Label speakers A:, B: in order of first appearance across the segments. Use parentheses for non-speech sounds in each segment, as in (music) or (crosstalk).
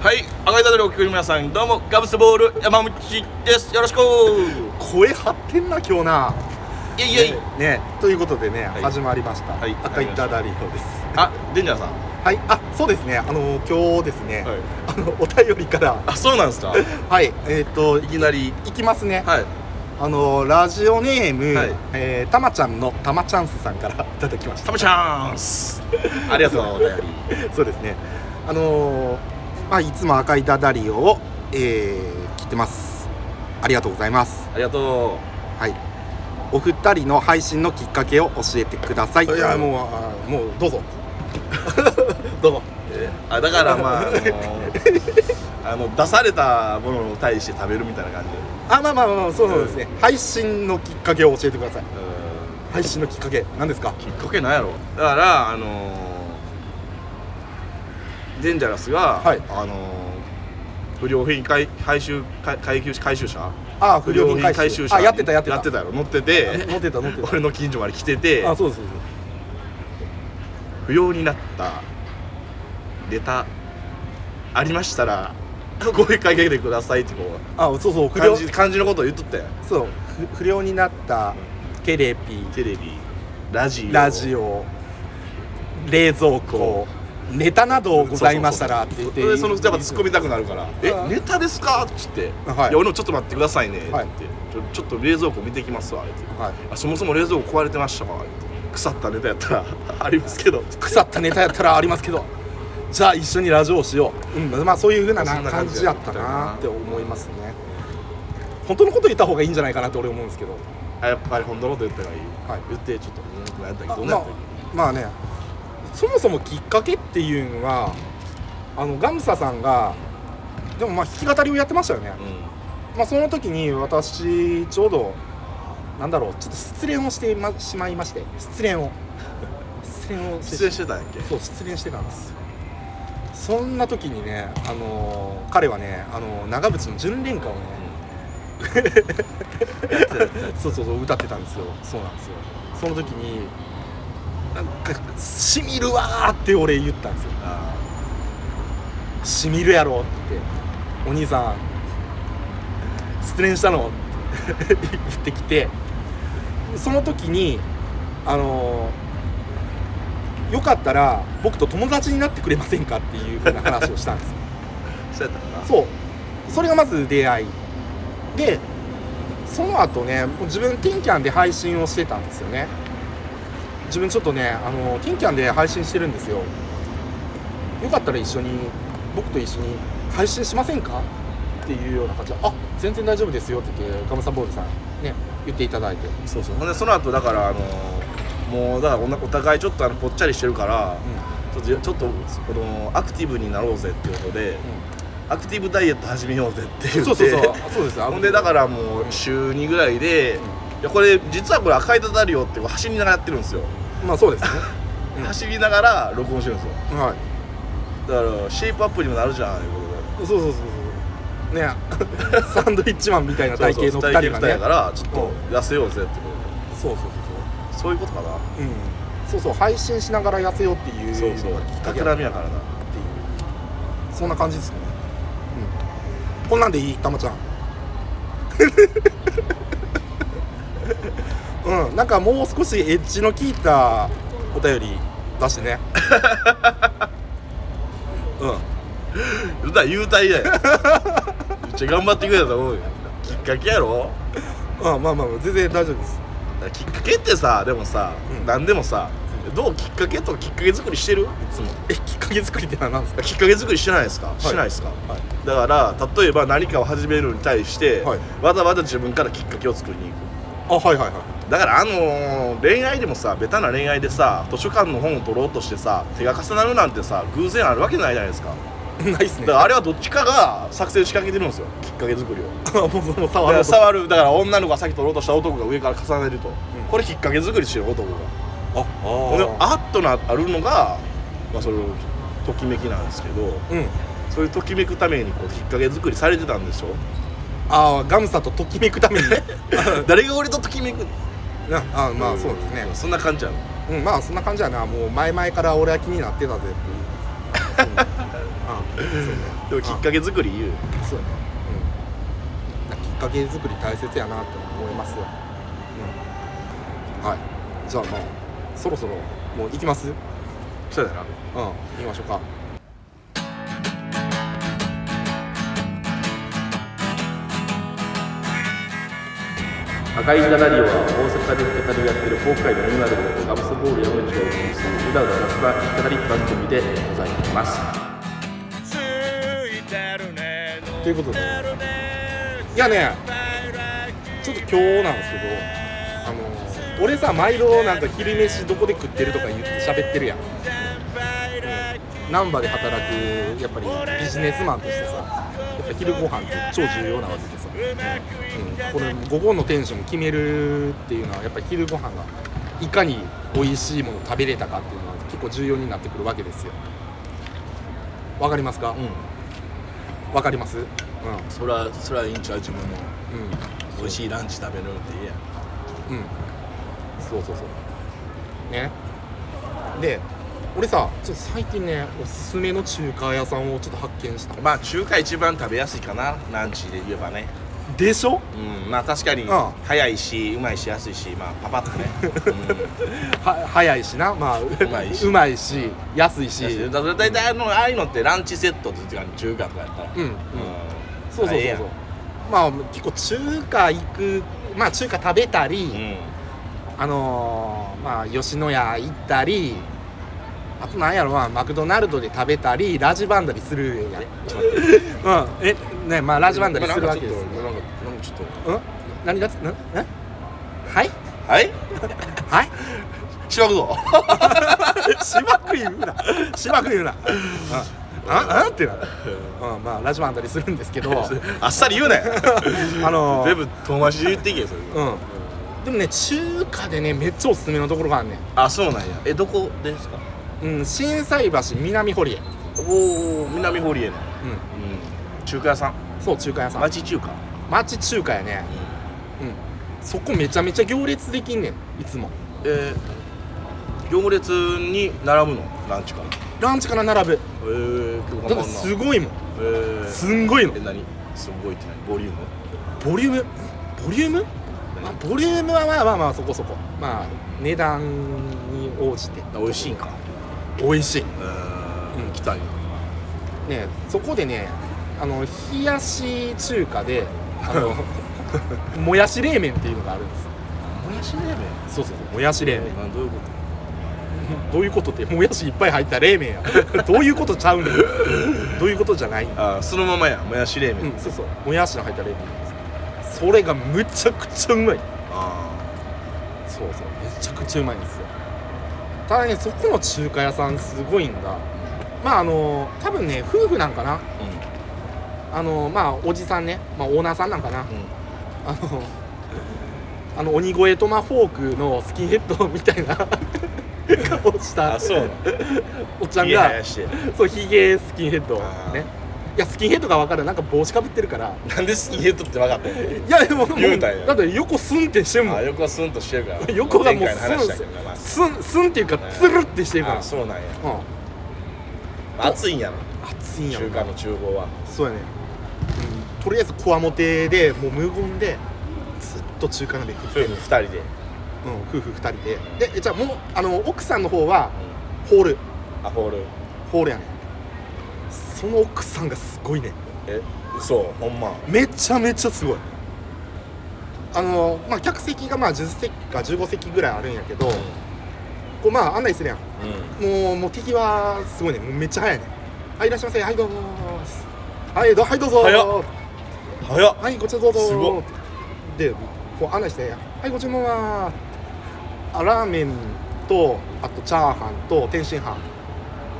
A: はい赤いダドルお聞きの皆さんどうもガブスボール山道ですよろしく
B: 声張ってんな今日な
A: イエイイエイ、
B: ねということでね、
A: はい
B: 始まりました、
A: はい
B: 赤いダダリオです
A: あデンジャーさん
B: はいあそうですねあの今日ですね、
A: はい
B: あのお便りから
A: あそうなんですかい
B: はいえっ、とい
A: きなり
B: いきますね、
A: はい
B: あのラジオネーム、
A: はい
B: えーたまちゃんのたまチャンスさんから (laughs) いただきました
A: タムチャンスありがとうお便り
B: そうですねあのーまあいつも赤いダダリオを、えー、聞いてますありがとうございます
A: ありがと
B: はいお二人の配信のきっかけを教えてください
A: いやも
B: うあもうどうぞ (laughs) どうぞ
A: う、えーあだからまああのーあの出されたものに対して食べるみたいな感じで
B: あまあまあまあそうですね、配信のきっかけを教えてください
A: うん
B: 配信のきっかけ何ですか
A: きっかけなんやろだからあのーデンジャラスが、
B: はい
A: あのー不良品回回収回回収回収者
B: あ
A: 不良品回収者
B: あやってたやってた
A: やってたやろ乗ってて
B: 乗ってた乗って
A: 俺の近所まで来てて
B: たあそうですそうです
A: 不要になったネタありましたらご意見かけてくださいってこう
B: あそうそう不
A: 感
B: 良
A: じ感じのことを言っとったよ
B: そうふ不良になったテレビ
A: テレビラジオ
B: ラジ
A: オ
B: オ冷蔵庫ネタなどございましたらって言って
A: そのやっぱ突っ込みたくなるから「え
B: あー
A: ネタですか?」って言って「
B: はい
A: いや俺のちょっと待ってくださいね」って言
B: は
A: っ
B: い
A: て、ちょ「ちょっと冷蔵庫見てきますわ」って
B: はい
A: あそもそも冷蔵庫壊れてましたか?」って腐ったネタやったら (laughs) ありますけど
B: 腐ったネタやったらありますけどじゃあ一緒にラジオをしよう、うん、まあそういうふうな
A: そんな感
B: 感
A: じ
B: じ
A: や
B: や
A: っ
B: ったた
A: な
B: なって思いますね本当のこと言った方がいいんじゃないかなって俺思うんですけど
A: あやっぱり本当のこと言った方がいい、
B: はい
A: 言ってちょっとうん何やったっけ
B: あ
A: どんな
B: ま
A: やっ
B: あ
A: たっけ、
B: まあねそもそもきっかけっていうのはあのガムサさんがでもまあ弾き語りをやってましたよね、まあ、その時に私ちょうどなんだろうちょっと失恋をしてましまいまして失恋を失恋を
A: うん、
B: して
A: 失礼してたんやっけ
B: そう失恋してたんですよそんな時にね、あのー彼はね、あのー長渕の純恋歌をね、そうそうそう歌ってたんですよそうなんですよその時になんか「しみるわ」ーって俺言ったんですよ
A: あ
B: 「しみるやろ」って「お兄さん失恋したの?」って言ってきてその時にあのーよかったら僕と友達になってくれませんかっていうふうな話をしたんです
A: ーそう
B: よ
A: やったかな
B: そうそれがまず出会いでその後ねもう自分ティンキャンで配信をしてたんですよね自分ちょっとねあのティンキャンで配信してるんですよよかったら一緒に僕と一緒に配信しませんかっていうような感じで「あ全然大丈夫ですよ」って言ってガムサボールさんね言っていただいて
A: そうそうほんでその後だからあのーもうだからおなお互いちょっとあのぽっちゃりしてるから、ちょっとちょっとこのアクティブになろうぜっていうことで、アクティブダイエット始めようぜって言って
B: そうそうそうそうで
A: (laughs)
B: す
A: ほんでだからもう週2ぐらいで、いやこれ実はこれ赤いダダリオってこう走りながらやってるんですよ、
B: まあそうですねうん
A: 走りながら録音してるんですよ
B: はい
A: だからシェイプアップにもなるじゃんいうことで
B: そうそうそうそう (laughs) ねサンドイッチマンみたいな体型の2人が
A: 体型二
B: ね
A: やからちょっと痩せようぜってこと
B: そうそうそう
A: でそういうことかな
B: そううんそうそう配信しながら痩せようっていう
A: そうそう
B: のがきっかけだ
A: 企
B: っ
A: み
B: ていう
A: やからな
B: そんな感じですねうんこんなんでいいたまちゃん (laughs) うんなんかもう少しエッジの効いたお便り出して (laughs) ねうん
A: うだ優待 (laughs) だよめっちゃ頑張ってくれたと思うよきっかけやろ
B: あまあまあ全然大丈夫です
A: だからきっかけってさでもさ、
B: うん
A: 何でもさどうきっかけとかきっかけ作りしてるいつも
B: えきっかけ作りって何なんですか
A: きっかけ作りしてないですか、してないですか
B: はい
A: だから例えば何かを始めるに対して、
B: はい
A: わざわざ自分からきっかけを作りに行く
B: あはいはいはい
A: だからあのー恋愛でもさベタな恋愛でさ図書館の本を取ろうとしてさ手が重なるなんてさ偶然あるわけないじゃないですか
B: ないっす
A: だ
B: ね。
A: からあれはどっちかが作戦を仕掛けてるんですよきっかけ作りを
B: もうもう
A: だ
B: 触
A: か
B: ろ
A: ら
B: うと。あ
A: 触るだから女の子が先取ろうとした男が上から重ねると、
B: ん
A: これきっかけ作りしてる男が
B: あ
A: ほんで
B: ー。
A: あっとなあるのが、まあ、それときめきなんですけど
B: うん。
A: そういうときめくためにこうきっかけ作りされてたんでしょ
B: ああガムさとときめくために。
A: (laughs) 誰が俺とときめく
B: なあーまあそうですね。
A: そんな感じやろ
B: うんまあそんな感じやな。もう前々から俺は気になってたぜっていう。うんあ
A: でもきっかけ作り言う
B: そうね、うん、きっかけ作り大切やなと思いますよ、うん、はいじゃあまあそろそろもう行きますうん
A: そうだな
B: 行きましょうか
A: 赤い板ラジオは大阪で語り合ってる崩壊の女の子とガブスボール山口をお送りするうだうだ夏場語り番組でございます
C: ついてるね
B: ということで
C: 乗ってるね
B: いやね
C: バイバイ
B: ちょっと今日なんですけどあの俺さ毎度なんか昼飯どこで食ってるとか言って喋ってるやん難波で働くやっぱりビジネスマンとしてさやっぱ昼ご飯って超重要なわけでさ、うん、これ午後のテンション決めるっていうのはやっぱり昼ご飯がいかに美味しいものを食べれたかっていうのは結構重要になってくるわけですよわかりますかわ、
A: うん
B: かりますうん、
A: それはそれはいいんちゃう自分の
B: うん、
A: 美味しいランチ食べるっていいやん
B: うんそうそうそうねで俺さちょっと最近ねおすすめの中華屋さんをちょっと発見した
A: まあ中華一番食べやすいかなランチで言えばね
B: でしょ
A: うんまあ確かに
B: うん
A: 早いしうまいし安いしまあパパッと
B: (laughs)
A: ね、
B: は早いしなまあう
A: まいし
B: うまいし安いし
A: うん、だだいたいあのああいうのってランチセットって言うか中華とかやったら
B: うん、うん、そうそう
A: あ
B: そう
A: ええ
B: そ
A: やん
B: うまあ結構中華行くまあ中華食べたり、
A: うん
B: あのーまあ吉野家行ったりあとなんやろまあマクドナルドで食べたりラジバンダリするやん
A: ちょっと待って
B: うんえねまあラジバンダリするわけですよ
A: なんかちょっとなんかなんかちょっと
B: うん何がつんんはい
A: はい
B: はい
A: しばくぞ
B: 芝く言うな芝く言うなうんああってなるうんまあラジバンダリするんですけ
A: (laughs)
B: ど
A: あっさり言うなよ
B: あのー
A: 全部遠回しで言っていけよそれ
B: うんでもね中華でねめっちゃおすすめのところがあるね
A: あそうなんやえどこですか
B: んうん心斎橋南堀江
A: おお南堀江の、
B: う
A: うん、中華屋さん
B: んそう中華屋さん
A: 町中華
B: 町中華やねうんそこめちゃめちゃ行列できんねんいつも
A: えー、行列に並ぶのランチから
B: ランチから並ぶ
A: えー、結構
B: だ
A: 頑張
B: って
A: んな
B: すごいもん
A: えー、
B: すんごいの
A: え何すごいって何ボリューム
B: ボリュームボリュームまあボリュームはまあまあまあそこそこまあ値段に応じて
A: あ美味しいんか
B: 美味しいね
A: うん
B: うん
A: 来たいな
B: そこでねあの冷やし中華であ (laughs) のもやし冷麺っていうのがあるんです
A: もやし冷麺
B: そうそうそうもやし冷
A: なんどういうこと
B: どういうことってもやしいっぱい入った冷 (laughs) 麺やどういうことちゃう (laughs) ねんどういうことじゃない
A: あそのままやもやし冷
B: う
A: 麺、
B: んそうそうもやしの入った冷麺ですそれがむちゃくちゃうまい
A: あ
B: そうそうめちゃくちゃうまいんですよただねそこの中華屋さんすごいんだまああの多分ね夫婦なんかな
A: あう
B: あのまあおじさんね、まあ、オーナーさんなんかなん
A: うん
B: あのあの鬼越トマフォークのスキンヘッドみたいな顔した
A: あそうなの
B: おっちゃん
A: 家生や
B: が
A: して
B: そうヒゲスキンヘッド
A: あー
B: ねいやスキンヘッドが分かるなんか帽子かぶってるから
A: なんでスキンヘッドって分かったんや
B: いやでもも
A: 言うたんや
B: だって横スンってしてんも
A: あ
B: ん
A: 横はスンとしてるから
B: 横がもう
A: 前回の話だけどなまあ
B: スンスンっていうかつるってしてるから
A: あそうなんや
B: うん
A: 暑いんやろ
B: 暑いんやろ
A: 中
B: な
A: 華の厨房は
B: そうやね、うん、とりあえずこわもてでもう無言でずっと中華鍋食って
A: 夫
B: る、
A: 婦
B: うん、
A: 二人で、
B: 夫婦2人ででじゃあもうあの奥さんの方はホール
A: アホール
B: ホールやねその奥さんがすごいね
A: えそうほんま
B: めちゃめちゃすごいあのまあ客席がまあ10席か15席ぐらいあるんやけどこうまあ案内するやん
A: うん、
B: もうもう敵はすごいねもうめっちゃ早いねはいいらっしゃいませはいどうもはいど,、はい、どうぞ
A: 早っ早っ
B: はい、こちらどうぞ
A: すごっ
B: で、こう案内して、はい、ご注文は、あラーメンと、あとチャーハンと天津飯、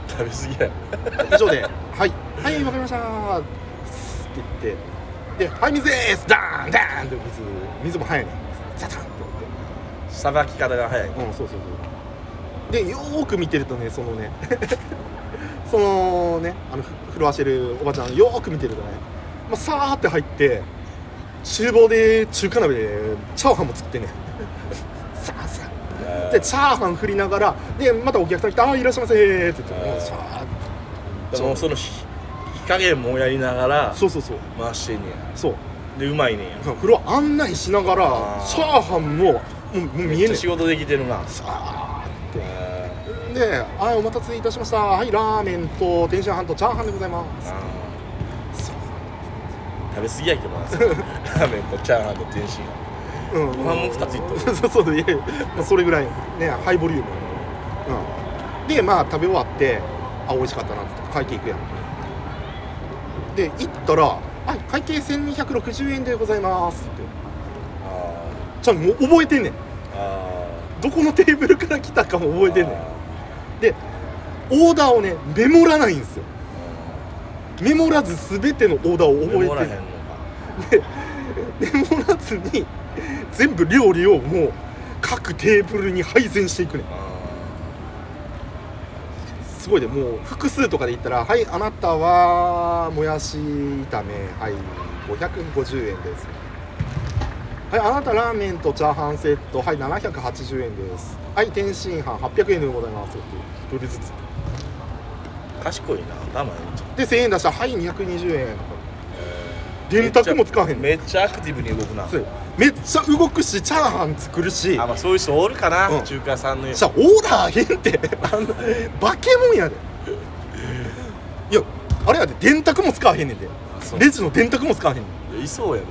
A: 食べ過ぎや
B: 以上で、 (laughs) はい、はい、わかりましたスッって言って、で、はい、水です、ダーン、ダーンって水、水も早いね、ザタンって
A: さばき方が早い
B: 言って、うん、そうそうそう。で、よーく見てるとね、そのね、 (laughs) そのね、あの、ふフロアしてるおばちゃん、よーく見てるとね、まあ、さーって入って、厨房で中華鍋でチャーハンも作ってね (laughs) さあさあでチャーハン振りながらでまたお客さん来て「あーいらっしゃいませ」って言ってもうさあ
A: でもそのひ加減もやりながら
B: そうそうそう
A: 回してんね
B: そう
A: やでうまいねんや
B: だから風呂案内しながら
A: あー
B: チャーハンももうもう見えねえ
A: 仕事できてるな
B: さあ
A: あ
B: で「はいお待たせいたしましたはいラーメンと天津飯とチャーハンでございま
A: ー
B: す
A: そう食べ過ぎや
B: (laughs)
A: けどなラーメンとチャーハンと天津」
B: うん
A: ご飯も二ついっとる
B: (laughs) そうそういやいやまあそれぐらいねハイボリューム、うん、でまあ食べ終わってあ美味しかったなって会計行くやんで行ったら「はい会計1260円でございます」って
A: あ
B: ちゃんともう覚えてんねん
A: ーあ
B: どこのテーブルから来たかも覚えてんねん
A: あ
B: でオーダーをねメモらないんですよメモらず全てのオーダーを
A: ーメモ
B: 覚
A: ら
B: え
A: へん
B: て
A: のか
B: メモらずに全部料理をもう各テーブルに配膳していくねん
A: あ
B: すごいでもう複数とかで言ったら「はいあなたはもやし炒めはい550円です」「はいあなたラーメンとチャーハンセットはい780円です」「はい天津飯800円でございます」って1人ずつ
A: ー賢いな頭いいんちゃう
B: で1000円出したら「はい220円」電卓も使わへんねん
A: めっちゃアクティブに動くな
B: そうめっちゃ動くしチャーハン作るし
A: あまあそういう人おるかな、
B: うん
A: 中華さん
B: (laughs)
A: の家
B: じゃあオーラーへんって (laughs) あのバケモンやでいやあれやで電卓も使わへんねんで
A: そう
B: レジの電卓も使わへんねん
A: いそうや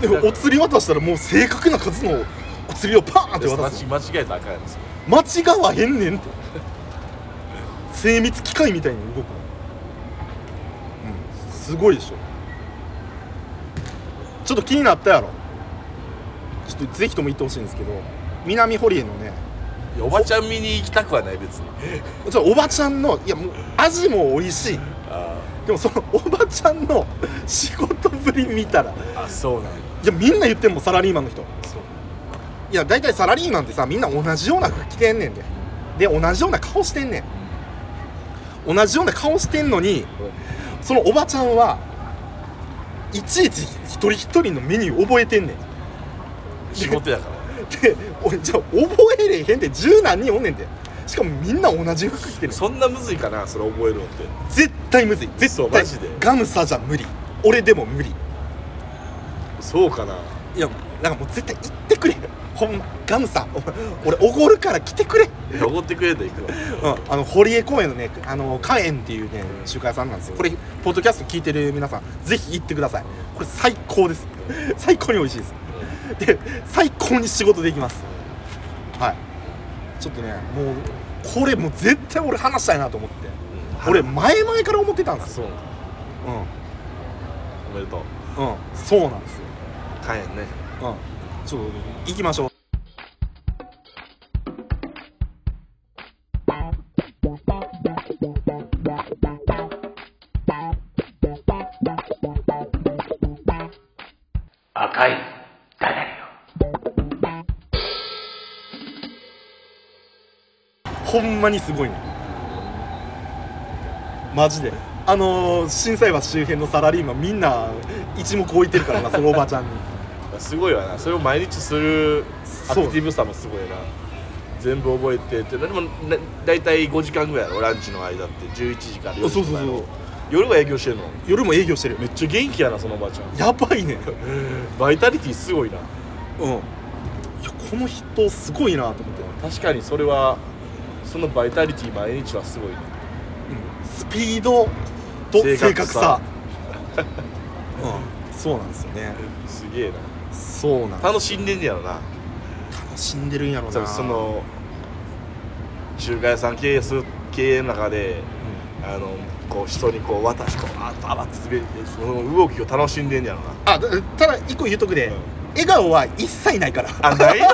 A: でも
B: でもお釣り渡したらもう正確な数のお釣りをパーンって渡す
A: 間違えたらあかんやんそれ
B: 間違わへんねんって精密機械みたいに動くのうんすごいでしょちょっと気になったやろちょっとぜひとも行ってほしいんですけど南堀江のね
A: いやおばちゃん見に行きたくはない別に
B: ちょっとおばちゃんのいやもう味も美味しい
A: あ
B: でもそのおばちゃんの仕事ぶり見たらい
A: あそうなんや
B: やみんな言ってんもんサラリーマンの人
A: そう
B: いや大体サラリーマンってさみんな同じような服着てんねんでで同じような顔してんねん同じような顔してんのにそのおばちゃんはいちいち一人一人のメニュー覚えてんねん
A: 仕事やから
B: で俺じゃあ覚えれへんって十何人おんねんでしかもみんな同じ服着てる
A: そんなむずいかなそれ覚えるのって
B: 絶対むずい絶
A: そう
B: 対
A: マジで
B: ガムサじゃ無理俺でも無理
A: そうかない
B: やなんかもう絶対行ってくれほんまガムサ (laughs) お俺おごるから来てくれ
A: いやおごってくれたら行くわ
B: うん、あの堀江公園のね、あの花園っていうね、中華屋さんなんですよ。これ、ポッドキャスト聞いてる皆さん、ぜひ行ってください。これ最高です。 (laughs) 最高に美味しいです。で、最高に仕事できます。はい。ちょっとね、もう、これもう絶対俺話したいなと思って。俺、前々から思ってたん
A: あ
B: ですよ。
A: そうなんおめでとう
B: うん。うん。そうなんですよ。
A: 帰んね
B: うん。ちょっと、行きましょう。
D: 赤いダダレよ
B: ほんまにすごいねマジであのー、震災橋周辺のサラリーマンみんな一目置いてる (laughs) からなそのおばちゃんに
A: すごいわなそれを毎日するア
B: そう
A: クティブさもすごいな全部覚えてってでもな大体5時間ぐらいやろランチの間って11時から4時
B: そうそう
A: とかやろ
B: そう
A: 夜は営業してんの
B: 夜も営業してる
A: めっちゃ元気やなそのおばあちゃん
B: やばいね
A: バイタリティすごいな
B: うんいやこの人すごいなと思って、
A: 確かにそれはそのバイタリティ毎日はすごいね
B: うん、スピードと
A: 正
B: 正
A: 確さ
B: 確さうんそうなんですよね
A: すげえ
B: そうなん
A: な楽しんでんねやろな
B: 楽しんでるんやろ
A: 多分
B: な
A: その中華屋さん経営する経営の中であのこう人にこう渡しこうあーっと暴って滑ってその動きを楽しんでんねやろな
B: あだただ一個言うとくで、
A: うん
B: 笑顔は一切ないから (laughs)
A: あない (laughs) の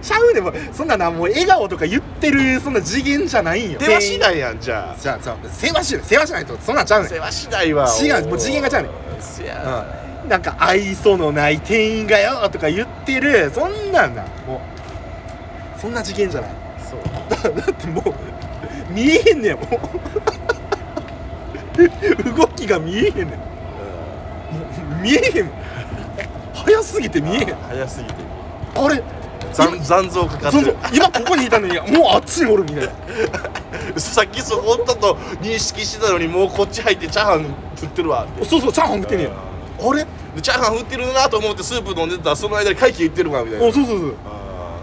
B: ちゃうでもそんななもう笑顔とか言ってるそんな次元じゃないんよ
A: 世話しないいやんじゃあ
B: じゃあじゃあ世話しない世話しないとそんなんちゃうねん
A: 世話しないわ
B: 違うもう次元が違うね
A: せや
B: うんなんか愛想のない店員がよとか言ってるそんなんなもうそんな次元じゃない (laughs)
A: そう
B: だだってもう見えへんねんもう (laughs) 動きが見えへんねんもう見えへん早すぎて見えへん
A: 早すぎて
B: あれ
A: 残残像かかっ
B: そ
A: て
B: うそ
A: る
B: う今ここにいたのにもうあっちにおるみたいな
A: さっきそこおったと認識してたのにもうこっち入ってチャーハン振ってるわって
B: そうそうチャーハン食ってねえよあれ
A: でチャーハン振ってるなと思ってスープ飲んでたらその間に会計行ってるわみたいな
B: おそうそうそう
A: あ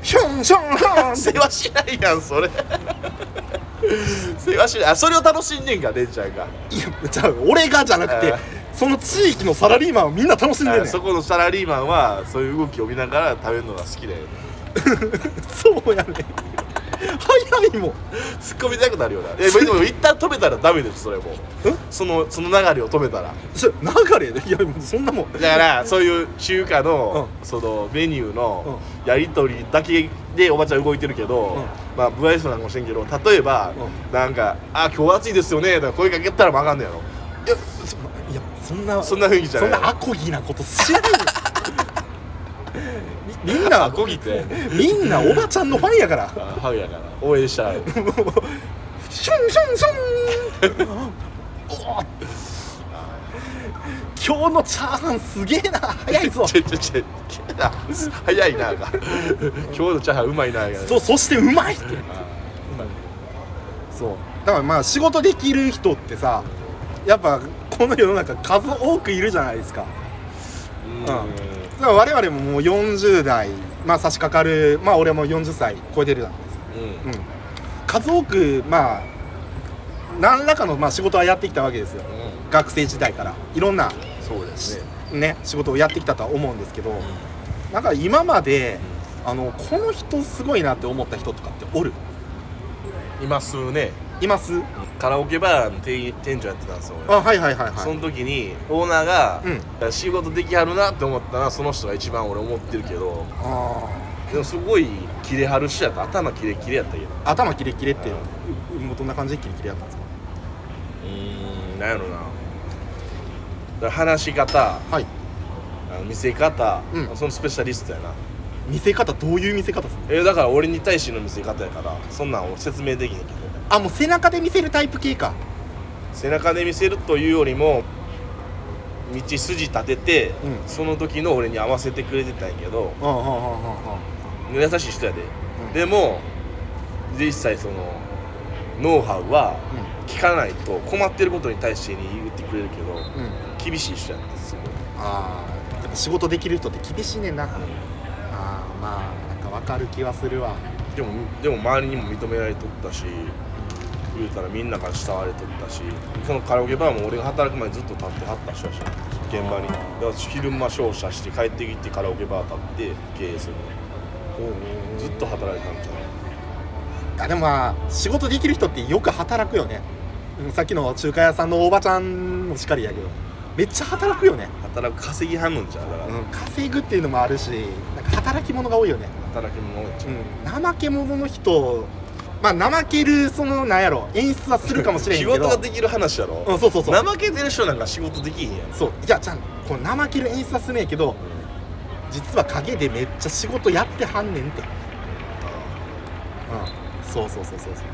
B: ヒョンヒョンヒョン
A: ー
B: って
A: 世話しないやんそれ世話しないあそれを楽しんでんかねんちゃんが
B: いやじゃあ俺がじゃなくて
A: あー
B: その地域のサラリーマンをみんな楽しんでる
A: あ
B: ねん
A: そこのサラリーマンはそういう動きを見ながら食べるのが好きだよね
B: そうやね早いもん
A: 突っ込みたくなるよないやでも一旦止めたらダメですそれも
B: え
A: そのその流れを止めたら
B: そ流れでいやもうそんなもん
A: だからそういう中華の、
B: う
A: そのメニューのやり取りだけでおばちゃん動いてるけど、まあ不愛想なのかもしれんけど例えば、なんか「あ今日暑いですよね」とか声かけたらもあかんのやろ
B: いやそいやそんな
A: そんな雰囲気じゃ
B: そ
A: ない
B: んなアコギなことしないみみんな
A: アコギって
B: みんなおばちゃんのファンやから
A: あハウやから応援したい
B: もうシュンシュンシュンおお今日のチャーハンすげえな早いぞ
A: ちょちょちょ早いなあかん今日のチャーハンうまいなあかん
B: (laughs) そそしてうまいって
A: うまい
B: そうだからまあ仕事できる人ってさやっぱこの世の中数多くいるじゃないですか
A: う
B: だから我々ももう40代まあ差し掛かるまあ俺も40歳超えてるじゃないですか、
A: んうん
B: うん、数多くまあ何らかのまあ仕事はやってきたわけですよ学生時代からいろんな
A: そうですね
B: ね仕事をやってきたとは思うんですけど、なんか今まであのこの人すごいなって思った人とかっておる
A: 今すぐね
B: います
A: カラオケバーの店員店長やってたんですよ俺
B: あはいはいはいは
A: そ
B: い
A: の時にオーナーが
B: うん、
A: いや仕事できはるなって思ったのはその人が一番俺思ってるけど
B: あ
A: でもすごいキレはる人やった頭キレキレやったけど
B: ー頭キレキレってうもうどんな感じでキレキレやったんですか
A: うーんなんやろなだから話し方
B: はい
A: あの見せ方、
B: うん
A: そのスペシャリストやな
B: 見せ方どういう見せ方ですか
A: えだから俺に対しての見せ方やからそんなん俺説明できへんけど
B: あもう背中で見せるタイプ系か
A: 背中で見せるというよりも道筋立てて、
B: うん
A: その時の俺に合わせてくれてたんやけど
B: うんうんうんうんうん
A: 優しい人やで、
B: うん
A: でも実際そのノウハウは聞かないと困ってることに対してに言ってくれるけど
B: うんうん
A: 厳しい人やったんですよ
B: ああやっぱ仕事できる人って厳しいねんな、ああまあなんかわかる気はするわ
A: でもでも周りにも認められとったし言うたらみんなから慕われとったしそのカラオケバーも俺が働く前にずっと立ってはった人やし現場にだから昼間商社して帰ってきてカラオケバー立って経営するずっと働いてたんじゃない
B: あでもまあ仕事できる人ってよく働くよねうんさっきの中華屋さんのおばちゃんもしかりやけどめっちゃ働くよね、
A: 働く稼ぎはんのんちゃうだから、
B: うん、稼ぐっていうのもあるしなんか働き者が多いよね、
A: 働き者ちゃう
B: うん、怠け者の人まあ怠けるそのなんやろ演出はするかもしれへん
A: (laughs) 仕
B: けど
A: 事ができる話やろ、
B: うんそうそうそう
A: 怠けてる人なんか仕事できへんやん
B: そういやじゃんこう怠ける演出はするんやけど実は陰でめっちゃ仕事やってはんねんってうんそうそうそうそうそう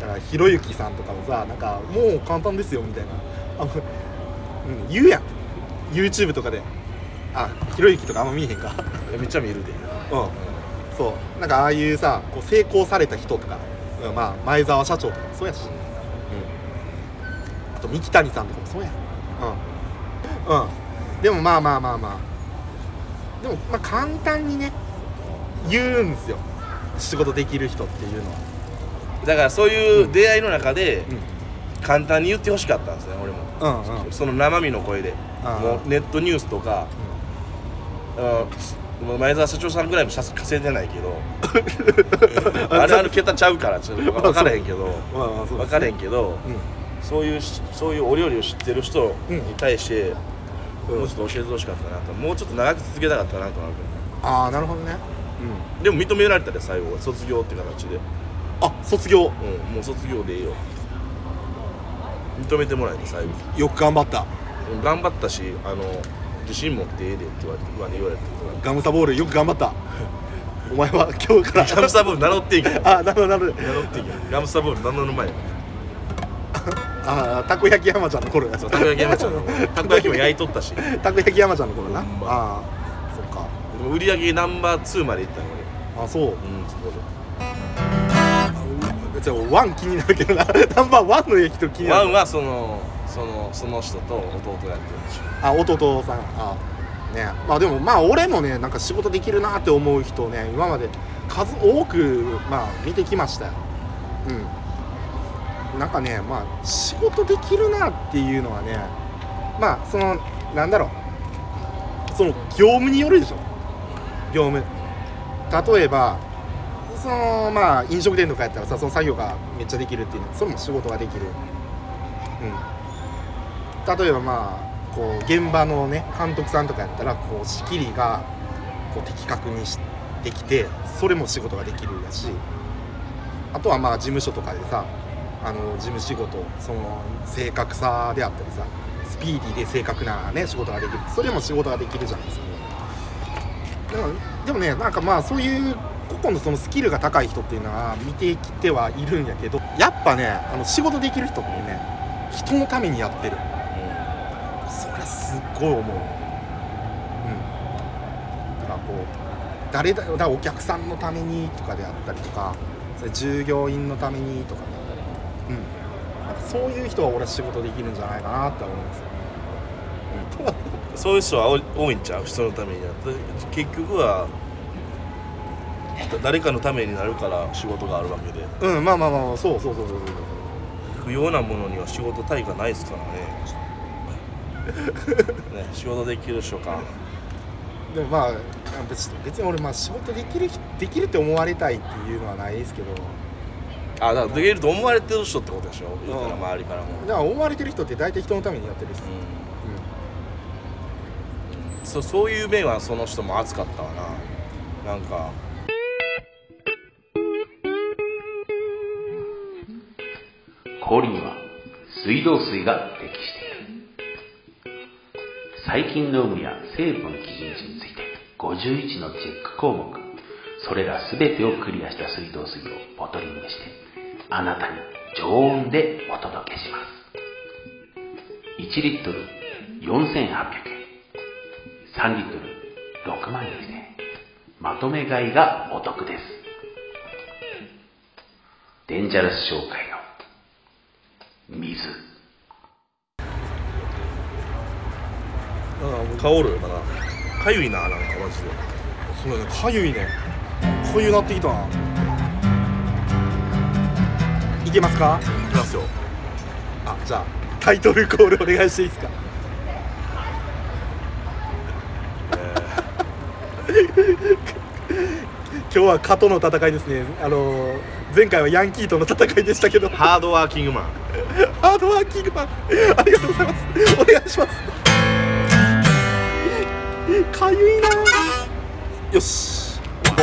B: だからひろゆきさんとかもさなんかもう簡単ですよみたいなあの、うん、言うやん YouTube とかであひろゆきとかあんま見えへんか
A: いやめっちゃ見るで
B: うんそうなんかああいうさこう成功された人とか、うん、まあ前澤社長とかもそうやし、うん、あと三木谷さんとかもそうやうんうんでもまあまあまあまあでもまあ簡単にね言うんですよ仕事できる人っていうのは
A: だからそういう出会いの中で
B: うん
A: 簡単に言ってほしかったんですね俺も
B: うんうんうん
A: その生身の声で
B: あー
A: もうネットニュースとか、うんもう前澤社長さんぐらいもさす稼いでないけ (laughs) どあれある桁ちゃうからちょっと分からへんけど
B: まあまあそ
A: 分
B: うです
A: からへんけど
B: うん
A: そういうしそういうお料理を知ってる人に対して、もうちょっと教えてほしかったなともうちょっと長く続けたかったなとなるけど
B: ああなるほどね
A: でも認められたで最後は卒業って形で、
B: あ卒業
A: うん、もう卒業でいいよ認めてもらえて最後
B: よく頑張った
A: うん頑張ったしあの自信持ってええでって言われて言われ言われて
B: ガムサボールよく頑張った (laughs) お前は今日から
A: ガムサボール名乗っていいか
B: (laughs) あなるほどなるほど
A: 名乗っていいかガムサボール名乗る前に
B: あーたこ焼き山ちゃんの頃や
A: そうたこ焼き山ちゃんのたこ焼きも焼いとったし
B: たこ焼き山ちゃんの頃な
A: ほんま
B: ああそうか
A: 売り上げナンバー2までいったの俺
B: あそう
A: うんそこで
B: あじゃあワン気になるけどな (laughs) ナンバーワンの駅と気にな
A: ワ
B: る
A: ンはそのそのその人と弟がやってるんでしょ
B: あ弟さんあねまあでもまあ俺もねなんか仕事できるなって思う人をね今まで数多くまあ見てきましたようんなんかねまあ仕事できるなっていうのはねまあそのなんだろうその業務によるでしょ業務例えばそのまあ飲食店とかやったらさその作業がめっちゃできるっていうのそれも仕事ができるうん例えばまあこう現場のね監督さんとかやったらこう仕切りがこう的確にしできてそれも仕事ができるやしあとはまあ事務所とかでさあの事務仕事その正確さであったりさスピーディーで正確なね仕事ができるそれも仕事ができるじゃないですか、でもでもねなんかまあそういう個々のそのスキルが高い人っていうのは見てきてはいるんやけどやっぱねあの仕事できる人ってね人のためにやってるそりゃすっごい思ううんだからこう誰だだからお客さんのためにとかであったりとかそれ従業員のためにとかであったりうんなんかそういう人は俺は仕事できるんじゃないかなって思うんですよ、
A: そういう人は多い多いんちゃう人のためにやって結局はだ誰かのためになるから仕事があるわけで
B: うん、うん、まあまあまあそうそうそうそうそう
A: 不要なものには仕事対価ないですからねね仕事できる人か
B: でもまあ別に別に俺まあ仕事できる人できるって思われたいっていうのはないですけど
A: あだからできると思われてる人ってことでしょ言ったら
B: うん
A: 周りからも、
B: だから思われてる人って大体人のためにやってるっす、うん
A: そそういう面はその人も熱かったわななんか
D: 氷には水道水が適している細菌の有無や成分基準値について51のチェック項目それら全てをクリアした水道水をボトリングしてあなたに常温でお届けします1リットル4800円3リットル6万円でまとめ買いがお得ですデンジャラス商会の水
A: 香るよなかゆいななんかマジで
B: そうだねかゆいねかゆなってきたないけますか
A: いきますよ
B: あじゃあタイトルコールお願いしていいですか今日は蚊との戦いですねあの前回はヤンキーとの戦いでしたけどハ
A: ハードワーキングマン
B: ードワーキングマンありがとうございますお願いしますかゆいなよし行こう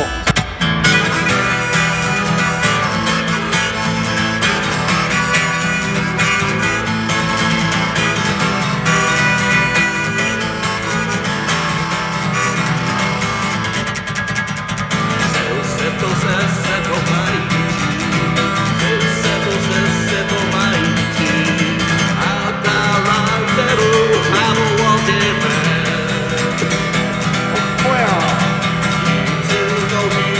B: ほや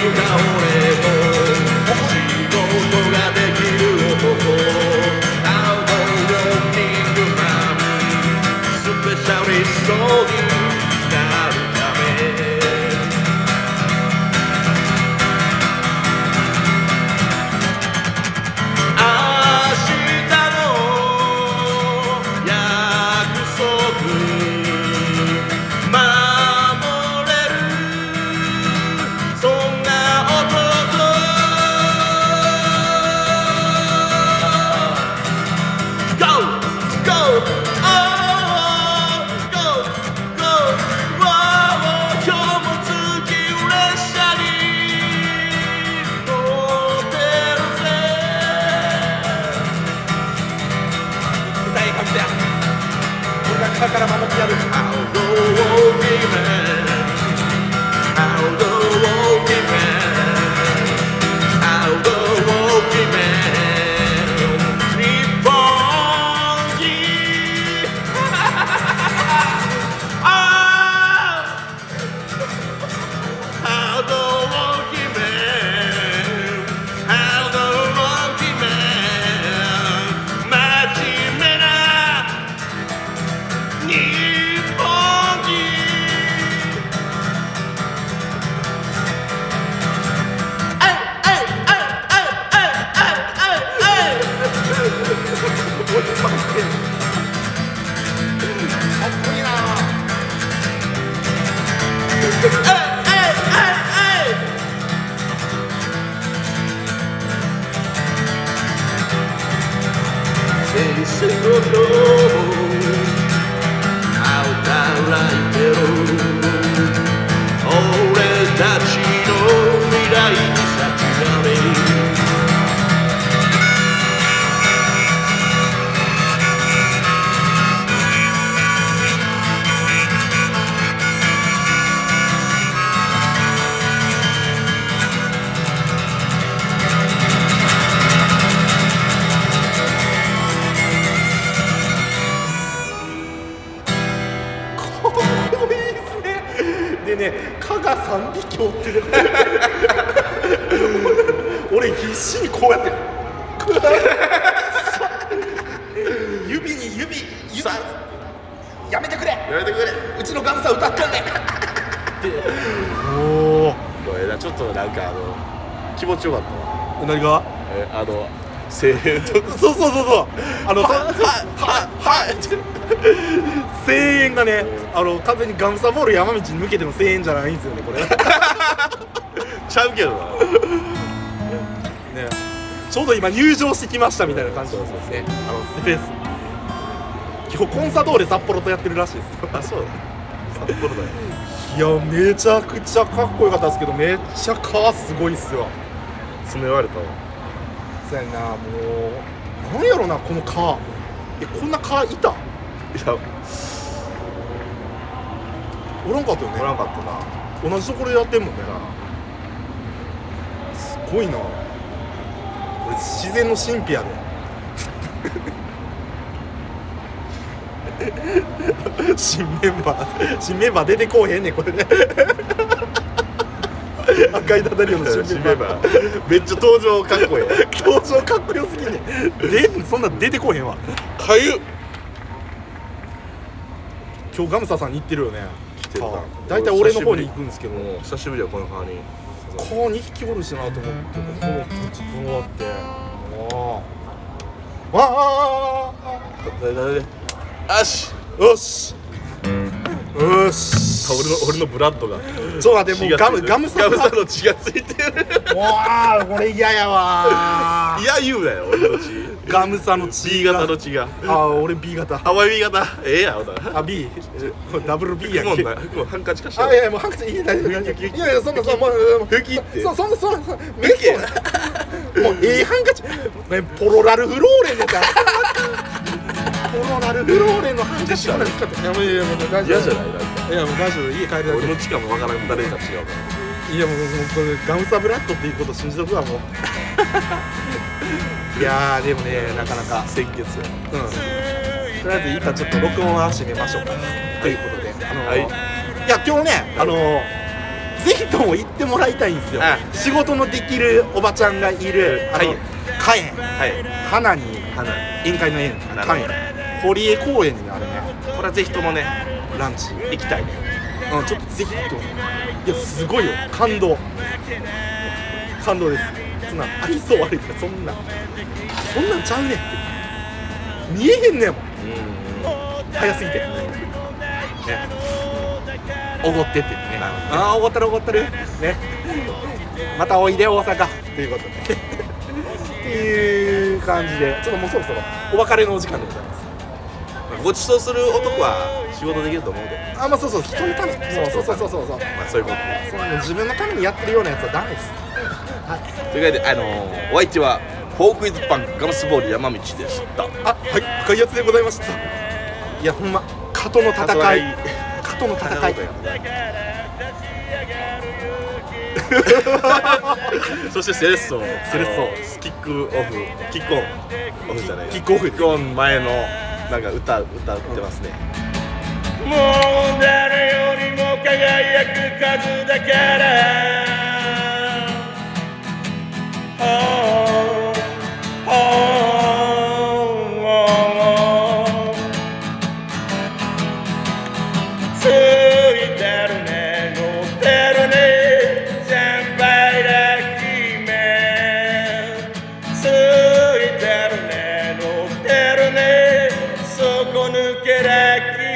E: せに仕事を働いてろ俺たちの未来に先がれ
B: かっこいいですねでね「加賀三美京」って俺必死にこうやって指に指指やめてくれやめてくれうちのガムさん歌った
A: (laughs)
B: んでおお
A: これなちょっとなんかあの気持ちよかったわ
B: 何が
A: えあの声援と
B: そうそうそうそうあのはははは声援がねあの完全にガムサボール山道に抜けての声援じゃないんですよねこれ
A: ちゃうけどな
B: ね、ちょうど今入場してきましたみたいな感じなんですねあのスペース今日コンサドーレ札幌とやってるらしいですあそう
A: 札幌だよ
B: いやめちゃくちゃかっこよかったですけどめっちゃかすごいっすわ
A: 詰められたわ
B: そうやなもうなんやろなこの蚊えこんな蚊いた
A: いや
B: おらんかったよね
A: おらんかった
B: 同じところでやってんもんねすごいなこれ自然の神秘やで (laughs) 新メンバー新メンバー出てこうへんねんこ (laughs) れね赤いダダリオの
A: な
B: 新
A: 締
B: メ
A: め
B: ンバー
A: ばめっちゃ登場かっ
B: (laughs)
A: こいい
B: 表情かっこよすぎんねんでそんなん出てこうへんわ
A: かゆっ
B: 今日ガムサさんに行ってるよね
A: 来てるな
B: あ大体俺の方に行くんですけど
A: もう久しぶりやこの川に
B: 顔に引きおるしなと思ってこの土地こうあってああああ
A: あし
B: あよしよし
A: 俺の俺のブラッドが
B: ちょっと待ってもうガムガムサ
A: ガム
B: ブ
A: さ
B: さ
A: んの血がついてる
B: わあこれ嫌やわ
A: (laughs) いや言うなよ俺の血
B: ガムサの
A: B
B: C
A: 型
B: 型
A: の血が
B: あ俺 B 型
A: ハワイ B 型ええやほな
B: あ B ダブル B やん
A: も
B: け
A: んなもうハンカチ貸して
B: あいやいやもうハンカチいい大丈夫大丈夫いやいやそんなそんなもう
A: 吹きって
B: そそんなそんなそんなメソもうええハンカチねポロラルフローレンのかポロラルフローレンのハンカチこんなん使っていやもういやいやもう大丈夫
A: 嫌じゃないなんか
B: いやもう大丈夫家帰るだ
A: 俺の血かもわからん誰か違うか
B: けいやもうもうこれガムサブラッドっていうこと信じとく
A: (laughs)
B: わもういやーでもねなかなか
A: 先月や
B: うんとりあえず今ちょっと録音は閉めましょうかということであのー
A: はい
B: いや今日ねあのーぜひとも行ってもらいたいんですよ
A: あ
B: 仕事のできるおばちゃんがいるあの、
A: はい
B: カエン
A: はい
B: 花に
A: 花
B: 宴会の宴
A: なるほ
B: カ
A: ど
B: エン堀江公園にあるね
A: これはぜひともね
B: ランチ
A: 行きたいね
B: うん、ちょっとぜひともいやすごいよ感動感動ですそんな愛想悪いからそんなそんなんちゃうねんって見えへんねんもん早すぎてねおごってって言ってねああおごったるおごったるねまたおいで大阪ということでっていう感じでちょっともうそろそろお別れのお時間でございます
A: ごちそうする男は仕事できると思うで
B: あまあそうそう人のためそうそうそうそうそう
A: まあそういうことで
B: そんな自分のためにやってるようなやつはダメです
A: というわけであのー、お相手はフォークイズパンクガムスボール山道でした
B: あはい赤いやつでございましたいやほんま加藤の戦い加藤の戦い
A: そしてセレッソセ
B: レッソ
A: ソキックオフキックオンオフじゃない
B: キックオフ
A: キックオン前のなんか歌歌ってますね、
C: もう誰よりも輝く数だから」oh, oh, oh, oh. ついてるね乗ってるね先輩だ君ついてるね乗ってるね底抜けだ君